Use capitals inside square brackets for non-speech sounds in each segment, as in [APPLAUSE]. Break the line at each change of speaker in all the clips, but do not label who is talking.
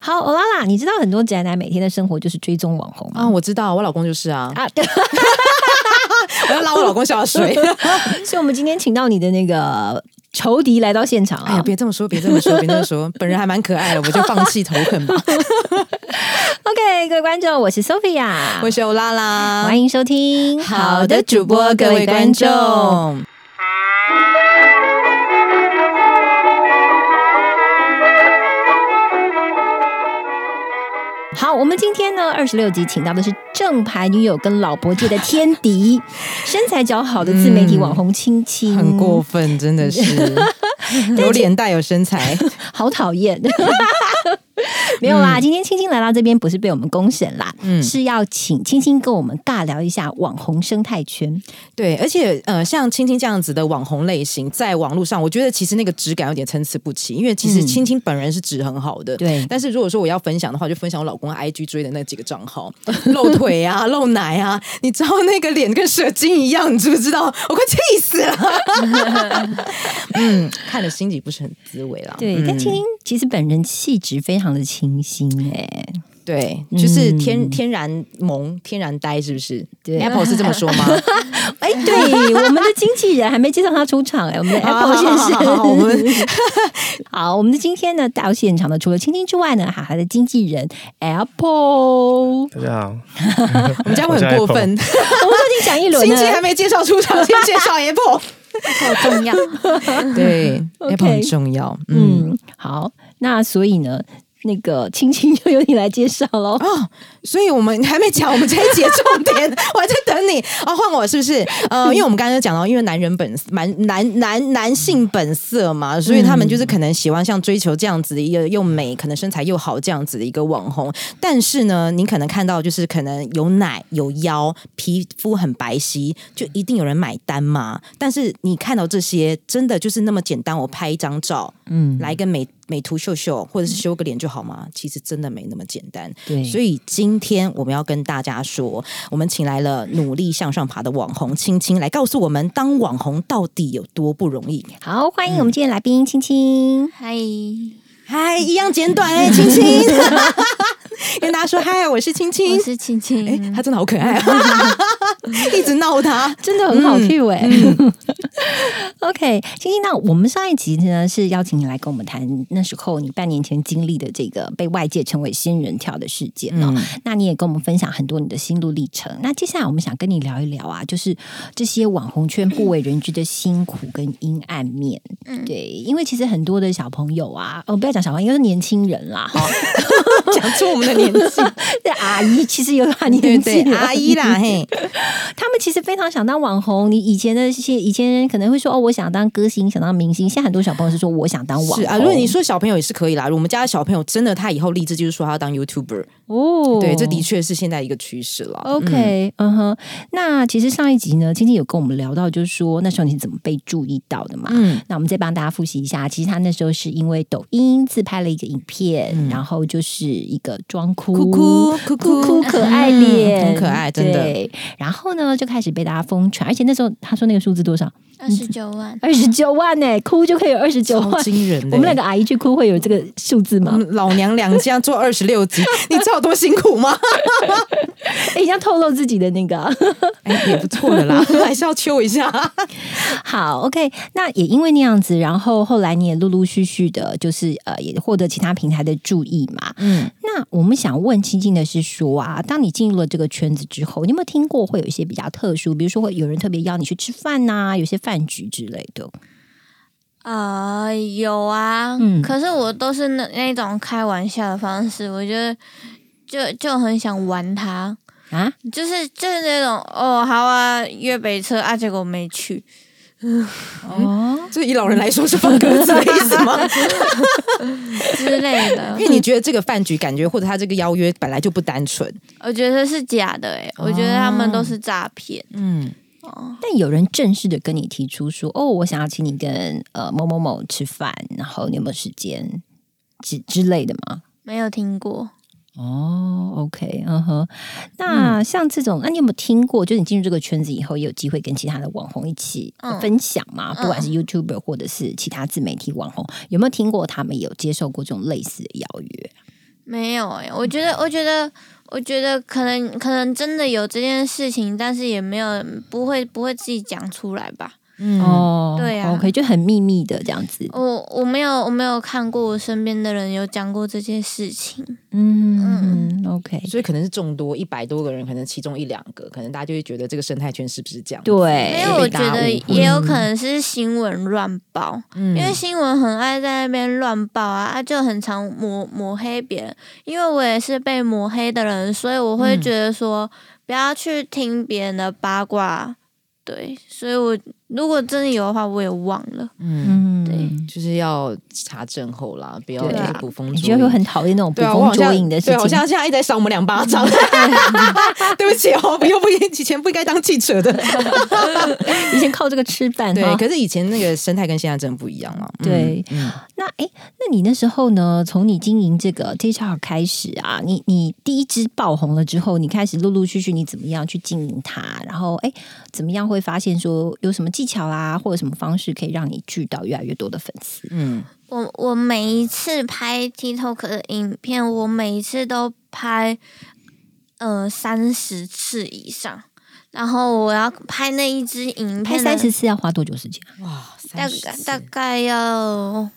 好，欧拉拉，你知道很多宅男每天的生活就是追踪网红
啊，
吗？
我知道，我老公就是 [LAUGHS] 啊，
啊， [LAUGHS] 对，
我要拉我老公下水。
所以我们今天请到你的那个仇敌来到现场
[LAUGHS] 哎呀，
啊。
别这么说，别这么说，别这么 [LAUGHS] 说，本人还蛮可爱的，我就放弃投肯吧。
OK，各位观众，我是 Sophia，
[LAUGHS] 我是欧拉拉，
欢迎收听。好，我们今天呢二十六集请到的是正牌女友跟老婆界的天
[LAUGHS]
敌，身材姣好的自媒体网红青青，
嗯很过分，真的是 [LAUGHS] 有脸蛋有身材，
好讨厌。 [LAUGHS] 没有啦，今天青青来到这边不是被我们公审啦，
嗯
是要请青青跟我们尬聊一下网红生态圈。
对，而且呃，像青青这样子的网红类型，在网络上，我觉得其实那个质感有点参差不齐，因为其实
嗯
青青本人是质很好的，
对
但是如果说我要分享的话，就分享我老公 IG 追的那几个账号，露腿啊、 [LAUGHS] 露奶啊，你知道那个脸跟蛇精一样，你知不知道？我快气死 [LAUGHS] 了。嗯， [LAUGHS] 看了心里不是很滋味啦。
对，但青青其实本人气质非常的清新哎、
嗯对，就是天、
嗯
天然萌、天然呆，是不是？
对
Apple 是这么说 [LAUGHS] 吗？
哎，
[LAUGHS]
对，我们的经纪人还没介绍他出场哎，我们的 Apple 先
好 [LAUGHS] 好好好好
生。
我们
[LAUGHS] 好，我们的今天呢到现场的除了青青之外呢，还有他的经纪人 Apple。
大家 [LAUGHS] 好，
我们这样会很过
我
分。
们都已经讲一轮
亲戚还
了，
没介绍出场，先介 [LAUGHS] 绍 Apple。
好重要。
对
[LAUGHS]
OK
，Apple 很重要。嗯，
嗯，好，那所以呢，那个青青就由你来介绍喽。
哦，所以我们还没讲我们这一节重点，我还在等你哦，换我是不是？呃，因为我们刚刚讲到，因为男人本蛮男男男性本色嘛，所以他们就是可能喜欢像追求这样子的一个又美，可能身材又好这样子的一个网红。但是呢，你可能看到就是可能有奶有腰，皮肤很白皙，就一定有人买单嘛。但是你看到这些，真的就是那么简单？我拍一张照，
嗯，
来个美美图秀秀，或者是修个脸就好吗？其实真的没那么简单。
对
所以今天我们要跟大家说，我们请来了努力向上爬的网红青青来告诉我们，当网红到底有多不容易。
好，欢迎我们今天来宾青青。
嗨，
嗨，一样简短 [LAUGHS] 哎、青青，跟大家说嗨，我是青青
我。是青青。
哎、她真的好可爱、啊， [LAUGHS] 一直闹她。
真的很好 Q 哎、OK，星星，那我们上一集呢是邀请你来跟我们谈那时候你半年前经历的这个被外界称为仙人跳的事件哦。那你也跟我们分享很多你的心路历程。那接下来我们想跟你聊一聊啊，就是这些网红圈不为人知的辛苦跟阴暗面。对，因为其实很多的小朋友啊，哦，不要讲小朋友，应该是年轻人啦，哈、
讲出我们的年 [LAUGHS] 纪，
这阿姨其实有点
对
年纪
对，
了
[LAUGHS] 阿姨啦，嘿，
他们其实非常想当网红。你以前的一些以前人可能会说哦，我想当歌星，想当明星。现在很多小朋友是说我想当网红。
是啊。如果你说小朋友也是可以啦，我们家的小朋友真的，他以后立志就是说他要当 YouTuber，
哦，
对，这的。确是现在一个趋势了。
OK，嗯哼，那其实上一集呢，青青有跟我们聊到，就是说那时候你是怎么被注意到的嘛？
嗯，
那我们再帮大家复习一下，其实他那时候是因为抖音自拍了一个影片，
嗯
然后就是一个装哭
哭
哭
哭哭哭
哭
嗯
可爱脸，
很可爱，真的。
对。然后呢，就开始被大家疯传，而且那时候他说那个数字多少？
二十九万，
二十九万呢、哭就可以有二十九
超
万。
惊人的、欸
我们两个阿姨去哭会有这个数字
我
吗？
们嗯老娘两家做二十 [LAUGHS] 六集，你知道多辛苦吗？
[LAUGHS] 哎、你要透露自己的那个啊
哎，也不错的啦， [LAUGHS] 还是要秋一下。
[LAUGHS] 好，OK。那也因为那样子，然后后来你也陆陆续续的，就是呃，也获得其他平台的注意嘛。
嗯，
那我们想问青青的是说啊，当你进入了这个圈子之后，你有没有听过会有一些比较特殊，比如说会有人特别邀你去吃饭呐、有些饭局之类的？
啊、有啊，
嗯
可是我都是那那种开玩笑的方式，我觉得就就很想玩他，
啊，
就是就是那种哦，好啊，约北车啊，结果没去，
哦，
所以以老人来说是放鸽子的意思 [LAUGHS] 吗？
之类的 [LAUGHS]
因，为你觉得这个饭局感觉，或者他这个邀约本来就不单纯。
我觉得是假的诶、我觉得他们都是诈骗。
嗯，
但有人正式的跟你提出说，哦，我想要请你跟呃某某某吃饭，然后你有没有时间之之类的吗？
没有听过，
哦，OK，嗯哼，那像这种，那你有没有听过？就是你进入这个圈子以后，也有机会跟其他的网红一起呃
嗯
分享嘛？
嗯
不管是 YouTuber 或者是其他自媒体网红，有没有听过他们有接受过这种类似的邀约？
没有哎、我觉得，我觉得，我觉得可能可能真的有这件事情，但是也没有不会不会自己讲出来吧。
嗯，
哦，
对啊哦
，OK，就很秘密的这样子，
我我没有我没有看过我身边的人有讲过这件事情。
嗯嗯，OK，
所以可能是众多一百多个人，可能其中一两个，可能大家就会觉得这个生态圈是不是这样？，
对
因
哎
为我觉得也有可
能，
能是新闻乱报，
嗯
因为新闻很爱在那边乱报啊，啊就很常抹抹黑别人。因为我也是被抹黑的人，所以我会
嗯
觉得说、不要去听别人的八卦。对，所以我如果真的有的话，我也忘了。
嗯，
嗯，
对
就是要查证后啦，不要
对
就
啊
是捕风
你
捉
就会
影。
很讨厌那种捕
对啊，我
风
好像
捉影的事
对，我
情 [LAUGHS]
像。 [LAUGHS] 现在一直在赏我们两巴掌，对不起哦，我又不以前不应该当记
[LAUGHS]
者的。
以前靠这个吃饭哈，
对，可是以前那个生态跟现在真的不一样了。
嗯 [LAUGHS]
嗯
对，
嗯
那诶，那你那时候呢？从你经营这个 TikTok 开始啊，你你第一支爆红了之后，你开始陆陆续续你怎么样去经营它？然后诶，怎么样会发现说有什么技巧啦，或者什么方式可以让你聚到越来越多的粉丝？
嗯
我我每一次拍 TikTok 的影片，我每一次都拍呃三十次以上，然后我要拍那一支影
拍
片呢，
三十次要花多久时间啊？
哇，
大
30
概
次
大概要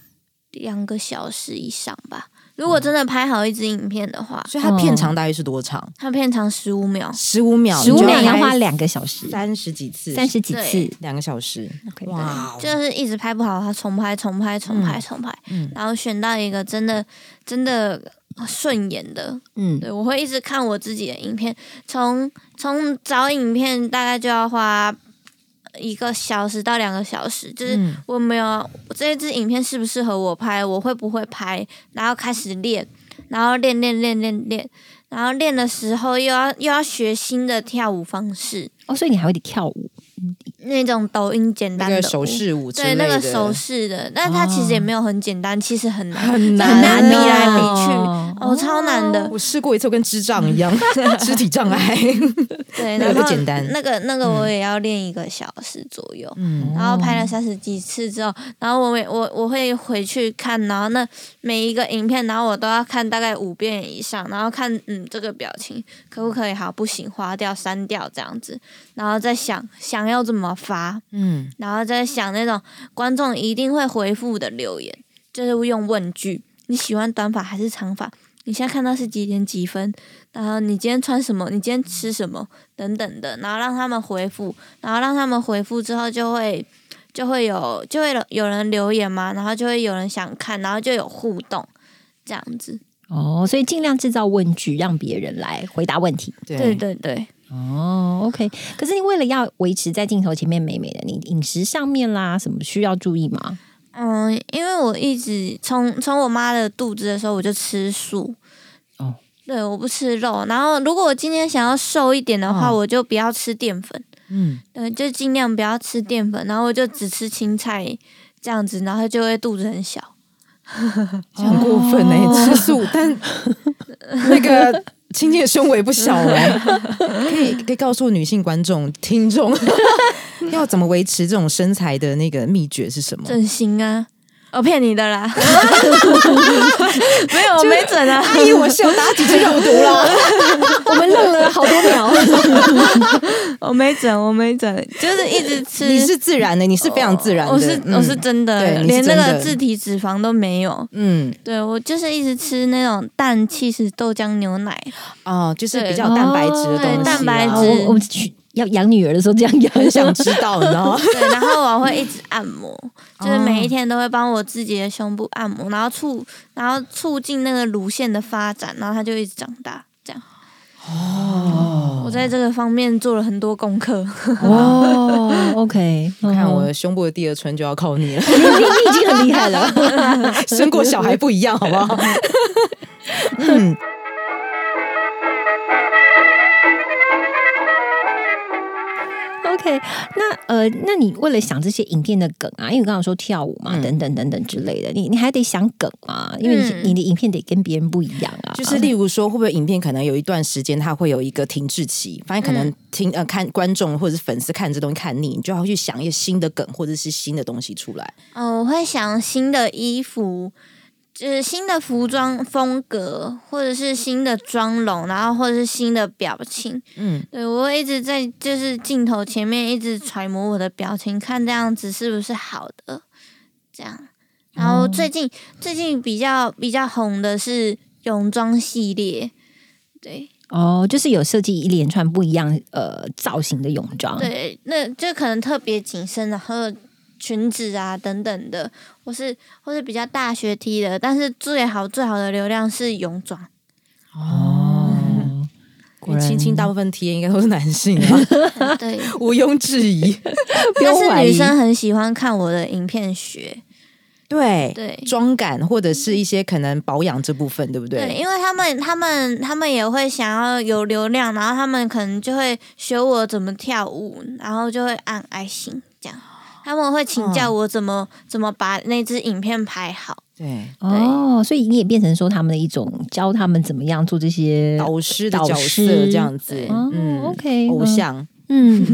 两个小时以上吧。如果真的拍好一支影片的话，
所以它片长大约是多长？
它片长十五秒，
十五秒，
十五秒
你就
要花两个小时，
三十几次，
三十几次
对。
两个小时。
OK，
哇哦，
就是一直拍不好，它重拍、重拍、重拍、重拍，
嗯
然后选到一个真的真的顺眼的，
嗯，
对，我会一直看我自己的影片，从从找影片大概就要花一个小时到两个小时，就是
嗯
我没有我这一支影片适不适合我拍，我会不会拍，然后开始练，然后练练练练练，然后练的时候又要又要学新的跳舞方式，
哦，所以你还会得跳舞，
那种抖音简
那
单的
个
舞
手。势舞之类
对那
的，啊
个手势的，但它其实也没有很简单，其实很难，
很
就
难
很难比
哦
来比去，哦，超难的。
我试过一次，我跟智障一样， [LAUGHS]
[LAUGHS]
肢体障碍。
对，
那
然
个
后
不简单
那个那个我也要练一个小时左右，
嗯
然后拍了三十几次之后，然后我每我我会回去看，然后那每一个影片，然后我都要看大概五遍以上，然后看嗯这个表情可不可以好，不行划掉删掉这样子，然后再想想要怎么发，
嗯
然后再想那种观众一定会回复的留言，就是用问句：你喜欢短发还是长发？你现在看到是几点几分？然后你今天穿什么？你今天吃什么？等等的，然后让他们回复，然后让他们回复之后就会就会有就会有有人留言嘛，然后就会有人想看，然后就有互动这样子。
哦，所以尽量制造问句，让别人来回答问题。
对
对，
对对，
哦，OK。可是你为了要维持在镜头前面美美的，你饮食上面啦，什么需要注意吗？
嗯，因为我一直从从我妈的肚子的时候我就吃素。
哦，
对，我不吃肉。然后，如果我今天想要瘦一点的话，
哦
嗯
我就不要吃淀粉，
嗯
对，就尽量不要吃淀粉，然后我就只吃青菜这样子，然后就会肚子很小。
很过分哎，吃 [LAUGHS] 素，但那个青青的胸围不小哎， [LAUGHS] 可以可以告诉女性观众、听 [LAUGHS] 众要怎么维持这种身材的那个秘诀是什么？
整形啊，我骗你
[LAUGHS]
的啦，没有，我没整啊。
阿姨，我是有打几支肉毒 [LAUGHS] 了，
哎我们愣了好多秒。
[LAUGHS] 我没整，我没整，就是一直吃。
你是自然的，你是非常自然的，
我是
嗯
我是真
对你
的，
是
连那
真的
个自体脂肪都没有。
嗯
对我就是一直吃那种蛋、气式豆浆、牛奶，
哦，就是比
对
较蛋白质的
哦
东西啦，啊
对哎蛋白质
哦我我们去要养女儿的时候这样养，
很想知道，你知
[LAUGHS]
道吗？
对，然后我会
[LAUGHS]
一直按摩，就是每一天都会帮我自己的胸部按摩，然后促然后促进那个乳腺的发展，然后它就一直长大。这样，
哦
我在这个方面做了很多功课。
哦，OK，
看我
嗯
的胸部的第二春就要靠你
[LAUGHS]
了，
你你你已经很厉害了。
[LAUGHS]
[LAUGHS]
生过小孩不一样，好不好？嗯，
OK，那呃，那你为了想这些影片的梗啊，因为我刚刚说跳舞嘛，
嗯
等等等等之类的，你你还得想梗啊，因为你、
嗯
你的影片得跟别人不一样啊，
就是例如说，会不会影片可能有一段时间它会有一个停滞期，发现可
嗯
能听呃看观众或者是粉丝看这东西看腻，你就要去想一些
呃
新的梗或者是新的东西出来。
嗯、我会想新的衣服，就是新的服装风格，或者是新的妆容，然后或者是新的表情。
嗯，
对我会一直在就是镜头前面一直揣摩我的表情，看这样子是不是好的，这样。然后
哦
最近、最近比较比较红的是泳装系列，对
哦，就是有设计一连串不一样呃造型的泳装，
对，那就可能特别紧身，然后裙子啊等等的，或是或是比较大学 T 的，但是最好最好的流量是泳装。
[LAUGHS] 哦，果然
青青大部分 T 应该都是男性
[LAUGHS]
吧，
对，
毋庸置疑。
不
但
用
是
怀
女
疑
生很喜欢看我的影片学，
对，
[LAUGHS] 对
妆感或者是一些可能保养这部分，对不
对，？因为他们他们他们也会想要有流量，然后他们可能就会学我怎么跳舞，然后就会按爱心这样。他们会请教我怎么、怎么把那支影片拍好，
对，
哦，所以你也变成说他们的一种教他们怎么样做这些
导师的
导
角色
师
这样子，
哦
嗯
，OK，
偶像，
嗯，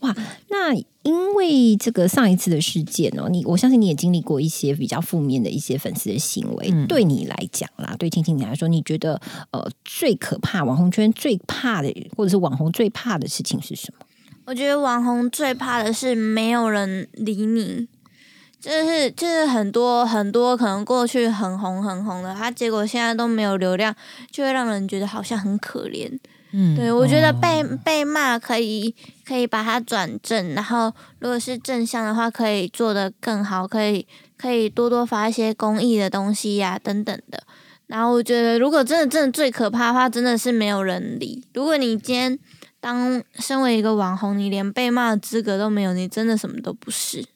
哇，那因为这个上一次的事件哦，你我相信你也经历过一些比较负面的一些粉丝的行为，
嗯
对你来讲啦，对青青你来说，你觉得呃最可怕网红圈最怕的，或者是网红最怕的事情是什么？
我觉得网红最怕的是没有人理你，就是就是很多很多可能过去很红很红的，他结果现在都没有流量，就会让人觉得好像很可怜。
嗯，
对，我觉得被、被骂可以可以把它转正，然后如果是正向的话，可以做得更好，可以可以多多发一些公益的东西呀、等等的。然后我觉得，如果真的真的最可怕的话，真的是没有人理。如果你今天当身为一个网红，你连被骂的资格都没有，你真的什么都不是。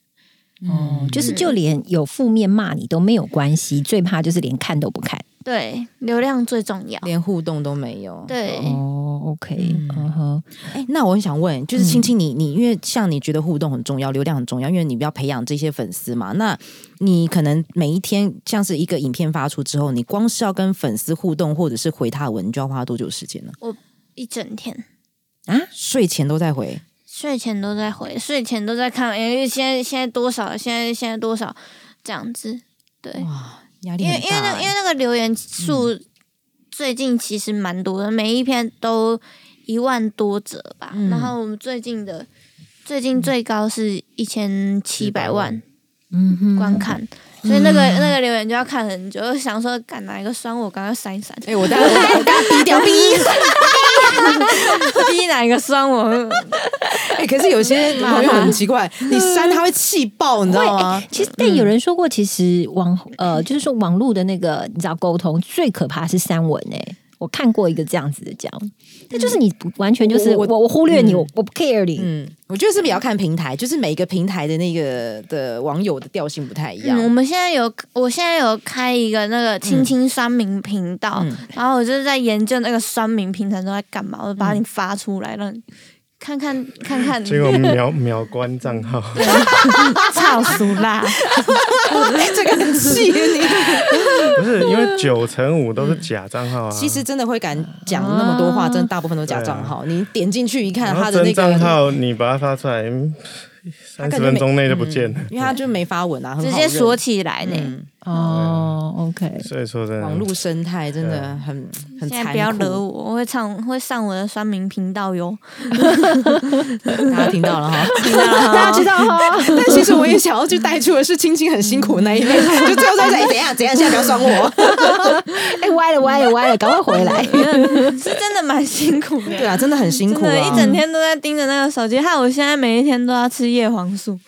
嗯
哦、就是就连有负面骂你都没有关系，最怕就是连看都不看。
对，流量最重要。
连互动都没有。
对，
哦，OK，嗯哼，
哎，那我很想问，就是
嗯
青青你，你因为像你觉得互动很重要，流量很重要，因为你要培养这些粉丝嘛。那你可能每一天像是一个影片发出之后，你光是要跟粉丝互动或者是回他的文，你就要花多久时间呢？
一整天。
睡前都在回，
睡前都在回，睡前都在看，因为现在现在多少，现在现在多少这样子，对，
哇，压力
因为
很
因为
大
那
欸。嗯
个因为那个留言数最近其实蛮多的，每一篇都一万多则吧，
嗯
然后我们最近的最近最高是一千七百万
嗯哼
观看。
嗯
所以那个那个留言就要看很久，就想说赶哪一个酸我，赶快删一删。
哎、我当我当我当低调逼，
逼哪一个酸我？
哎、可是有
[LAUGHS]
些
啊
朋友很奇怪，你删他会气爆，你知道吗？
哎
嗯
其实，但有人说过，其实网呃，就是说网络的那个，你知道沟通最可怕是三文诶、我看过一个这样子的讲，那就是你不完全就是我
我我
我忽略你，
嗯
我我不 care 你，
嗯，我觉得是不是也要看平台，就是每一个平台的那个的网友的调性不太一样
嗯，。我们现在有，我现在有开一个那个青青酸民频道，
嗯
然后我就是在研究那个酸民平常都在干嘛，我就把你发出来，
嗯
让你看看看看，
结果秒秒关账号，
[LAUGHS] 操俗
[LAUGHS]
啦！
哎这个很气你。
不是因为九成五都是假账号啊。
其实真的会敢讲那么多话，真的大部分都假账号。你点进去一看，
啊然
他
后
的那
真账
个，
号你把它发出来，嗯
他
三
可
十
能
分
没
钟内就不见了。
因为他就没发文啊，很
直
好
接
认
锁。起来呢。
嗯，
哦，OK，
所以说真的，
网络生态真的很很残
现在
酷。
不要惹我，我会唱会上我的酸民频
[LAUGHS]
道哟。
大家听到
[LAUGHS]
了哈。啊
大家知道哈，
[LAUGHS] 但其实我也想要去带出的是青青很辛苦那一
[LAUGHS]
类，就最后在哎怎样怎样，现在不要酸我。
哎，歪了歪了歪了，赶快回来，
是真的蛮辛苦的，
对啊，真的很辛
真
苦
的，一
啊。
整天都在盯着那个手机，害我现在每一天都要吃叶黄素。嗯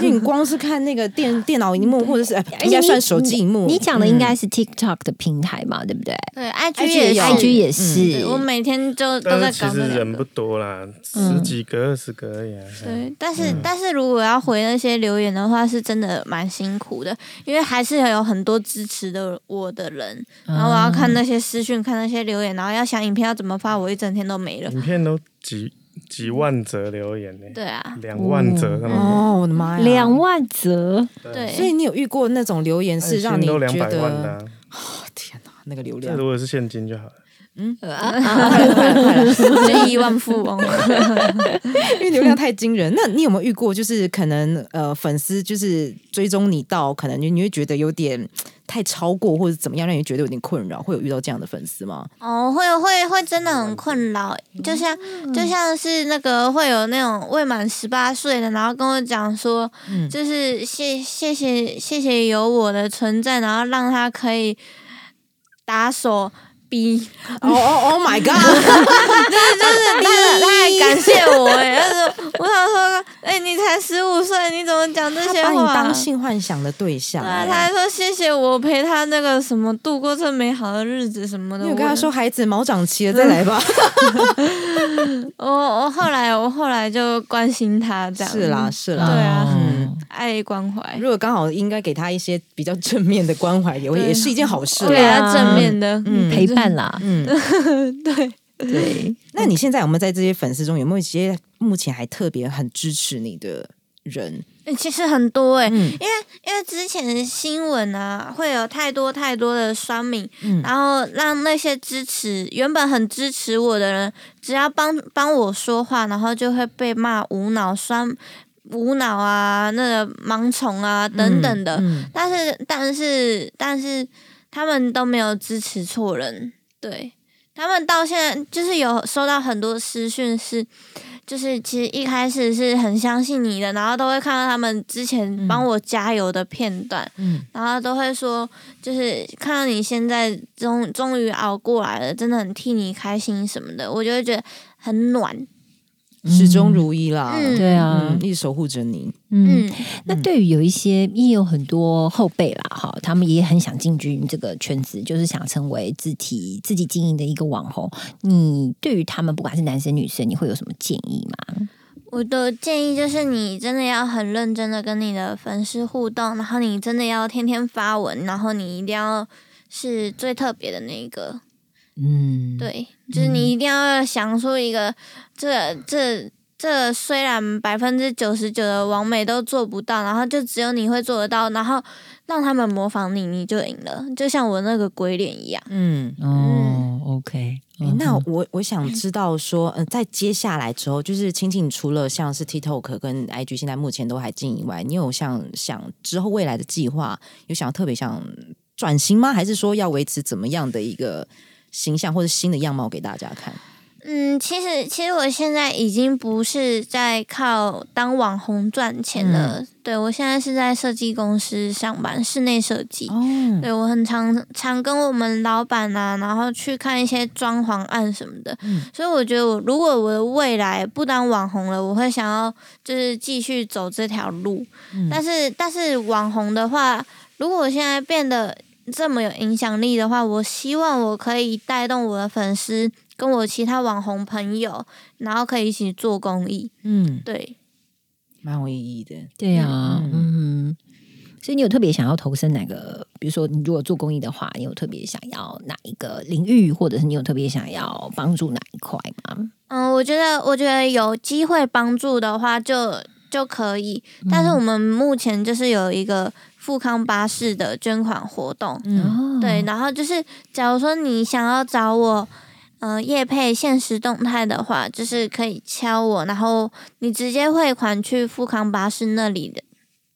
因为你光是看那个电电脑荧幕，或者是哎 [LAUGHS] 应该
你
算手机荧幕。
你你讲的
嗯
应该是 TikTok 的平台嘛，对不对
对
IG
，IG
有
也是
？IG 也
对
是，
嗯
我每天就都在
但是
搞
其
那
实
两
人
个
不多啦，
嗯
十几个、二十个而已啊。
嗯
对，但是、但是如果要回那些留言的话，是真的蛮辛苦的，因为还是有很多支持的我的人，然后我
嗯
要看那些私讯，看那些留言，然后要想影片要怎么发，我一整天都没
嗯
了。
影片都几几万则留言呢，
对啊，
两万则他们
哦，我的妈呀！
两万则，
对，
嗯所以 [LAUGHS] 你有遇过那种留言是让你
哎都两
觉
百
得啊
万的啊，
天哪，那个流
这
量
如果是现金就好了。
就亿万富翁。
因为流量太惊人。那你有没有遇过，就是可能呃粉丝就是追踪你到，可能你你会觉得有点太超过或者怎么样，让你觉得有点困扰？会有遇到这样的粉丝
[LAUGHS]
吗？
哦，会会会真的很困扰，就像就
嗯
像是那个会有那种未满十八岁的，然后跟我讲说，
嗯
就是谢谢谢谢谢有我的存在，然后让他可以打手 [LAUGHS] 逼，
哦哦 Oh my [LAUGHS] god！ [LAUGHS]
就是他他还感谢我哎、他说我想说，哎、你才十五岁，你怎么讲这
他
些
把你
话？
当性幻想的对象、
对啊，他还说谢谢我陪他那个什么度过这美好的日子什么的。
你有跟他
我
说孩子毛长
嗯
齐了再来吧？
我我哦后来我后来就关心他 [LAUGHS] 这样。
是啦，是啦，
对啊
哦
嗯。
爱关怀，
如果刚好应该给他一些比较正面的关怀，也会
对
也是一件好事
我
啦。
给他
啊
正面的
嗯
陪伴啦，
嗯，
对，
对，
那你现在有没有在这些粉丝中有没有一些目前还特别很支持你的人？
欸其实很多哎、
嗯
因为之前的新闻啊，会有太多太多的酸民，
嗯
然后让那些支持原本很支持我的人，只要帮帮我说话，然后就会被骂无脑酸、无脑啊、那个盲从啊等等的。
嗯
但是，但是，但是，他们都没有支持错人，对他们到现在就是有收到很多私讯是。就是其实一开始是很相信你的，然后都会看到他们之前帮我加油的片段，
嗯
然后都会说，就是看到你现在终终于熬过来了，真的很替你开心什么的，我就会觉得很暖。
嗯始终如一啦。
嗯
对啊
嗯，，一直守护着你。
嗯。
嗯，
那对于有一些也有很多后辈啦，哈，他们也很想进军这个圈子，就是想成为自己自己经营的一个网红。你对于他们，不管是男生女生，你会有什么建议吗？
我的建议就是，你真的要很认真的跟你的粉丝互动，然后你真的要天天发文，然后你一定要是最特别的那一个。
嗯，
对，就是你一定要想出一个，这这这虽然百分之九十九的完美都做不到，然后就只有你会做得到，然后让他们模仿你，你就赢了。就像我那个鬼脸一样。
嗯，
哦，OK，嗯
诶那我我想知道说，嗯、在接下来之后，就是青青除了像是 TikTok 跟 IG 现在目前都还经营以外，你有想想之后未来的计划，有想特别想转型吗？还是说要维持怎么样的一个形象或者新的样貌给大家看？
嗯，其实其实我现在已经不是在靠当网红赚钱了，对我现在是在设计公司上班，室内设计。
哦，
对我很常常跟我们老板啊，然后去看一些装潢案什么的，
嗯
所以我觉得我如果我的未来不当网红了，我会想要就是继续走这条路。
嗯
但是但是网红的话，如果我现在变得这么有影响力的话，我希望我可以带动我的粉丝跟我其他网红朋友，然后可以一起做公益。
嗯，
对，
蛮有意义的。
对啊，
嗯
嗯。所以你有特别想要投身哪个？比如说，你如果做公益的话，你有特别想要哪一个领域，或者是你有特别想要帮助哪一块吗？
嗯，我觉得我觉得有机会帮助的话就就可以，
嗯
但是我们目前就是有一个富康巴士的捐款活动，
嗯，
哦
对，，然后就是假如说你想要找我。呃，叶配现实动态的话，就是可以敲我，然后你直接汇款去富康巴士那里的，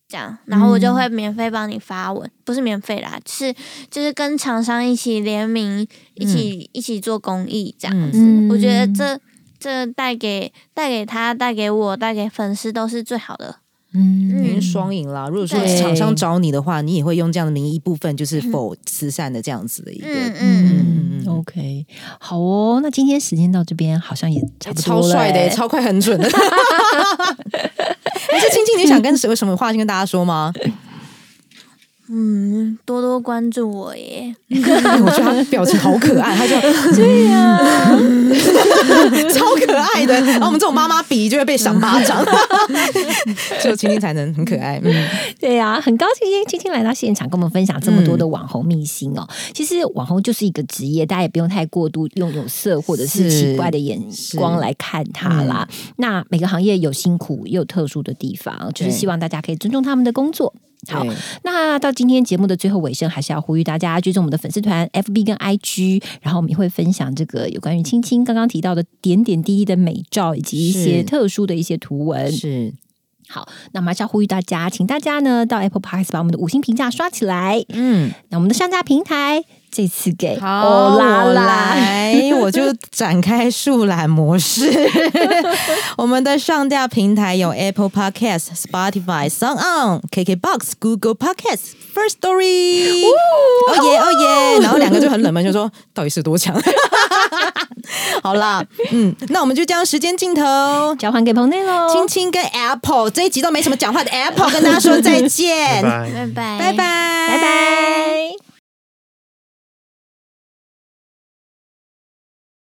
这样，然后我就会免费帮你发文，不是免费啦，是就是跟厂商一起联名，一起、一起做公益这样。
嗯
嗯
我觉得这这带给带给他、带给我、带给粉丝都是最好的。
嗯
嗯
您双赢啦。如果说
对
厂商找你的话，你也会用这样的名义一部分，就是否慈善的这样子的一
嗯
个。
嗯，
嗯，OK，好哦。那今天时间到这边，好像也差不多
哎超
了
帅的、
欸
超快很
[LAUGHS]
准的。哎还是青青，你想跟谁有什么话先跟大家说吗？ [LAUGHS]
嗯，多多关注我耶！
我觉得他的表情好可爱，他
[LAUGHS]
就对呀、 [LAUGHS] 超可爱的。然后我们这种妈妈比就会被赏巴
[LAUGHS]
掌， [LAUGHS] 只有青青才能很可爱。嗯，
对呀、很高兴今天青青来到现场，跟我们分享这么多的网红秘辛哦。其实网红就是一个职业，大家也不用太过度用有色或者是
是
奇怪的眼光来看它啦。那每个行业有辛苦也有特殊的地方，就是
对
希望大家可以尊重他们的工作。好
对，
那到今天节目的最后尾声，还是要呼吁大家追踪我们的粉丝团 FB 跟 IG，然后我们也会分享这个有关于青青刚刚提到的点点滴滴的美照，以及一些
是
特殊的一些图文。
是
好，那我们还是要呼吁大家，请大家呢到 Apple Podcast 把我们的五星评价刷起来。
嗯，
那我们的上架平台这次给
好，
欧哦拉
我
拉，
来，我就展开树懒模式。 [LAUGHS] 我们的上架平台有 Apple Podcast、Spotify、Sound On、KKBox、Google Podcast、First Story。哦耶哦耶！然后两个就很冷门，就说到底是多强？ [LAUGHS] 好啦，嗯，那我们就将时间尽头。
交还给棚内喽，
青青跟 Apple 这一集都没什么讲话的 Apple 跟大家说再
拜
见，
拜。
嗯拜拜，
拜拜，拜
拜。拜。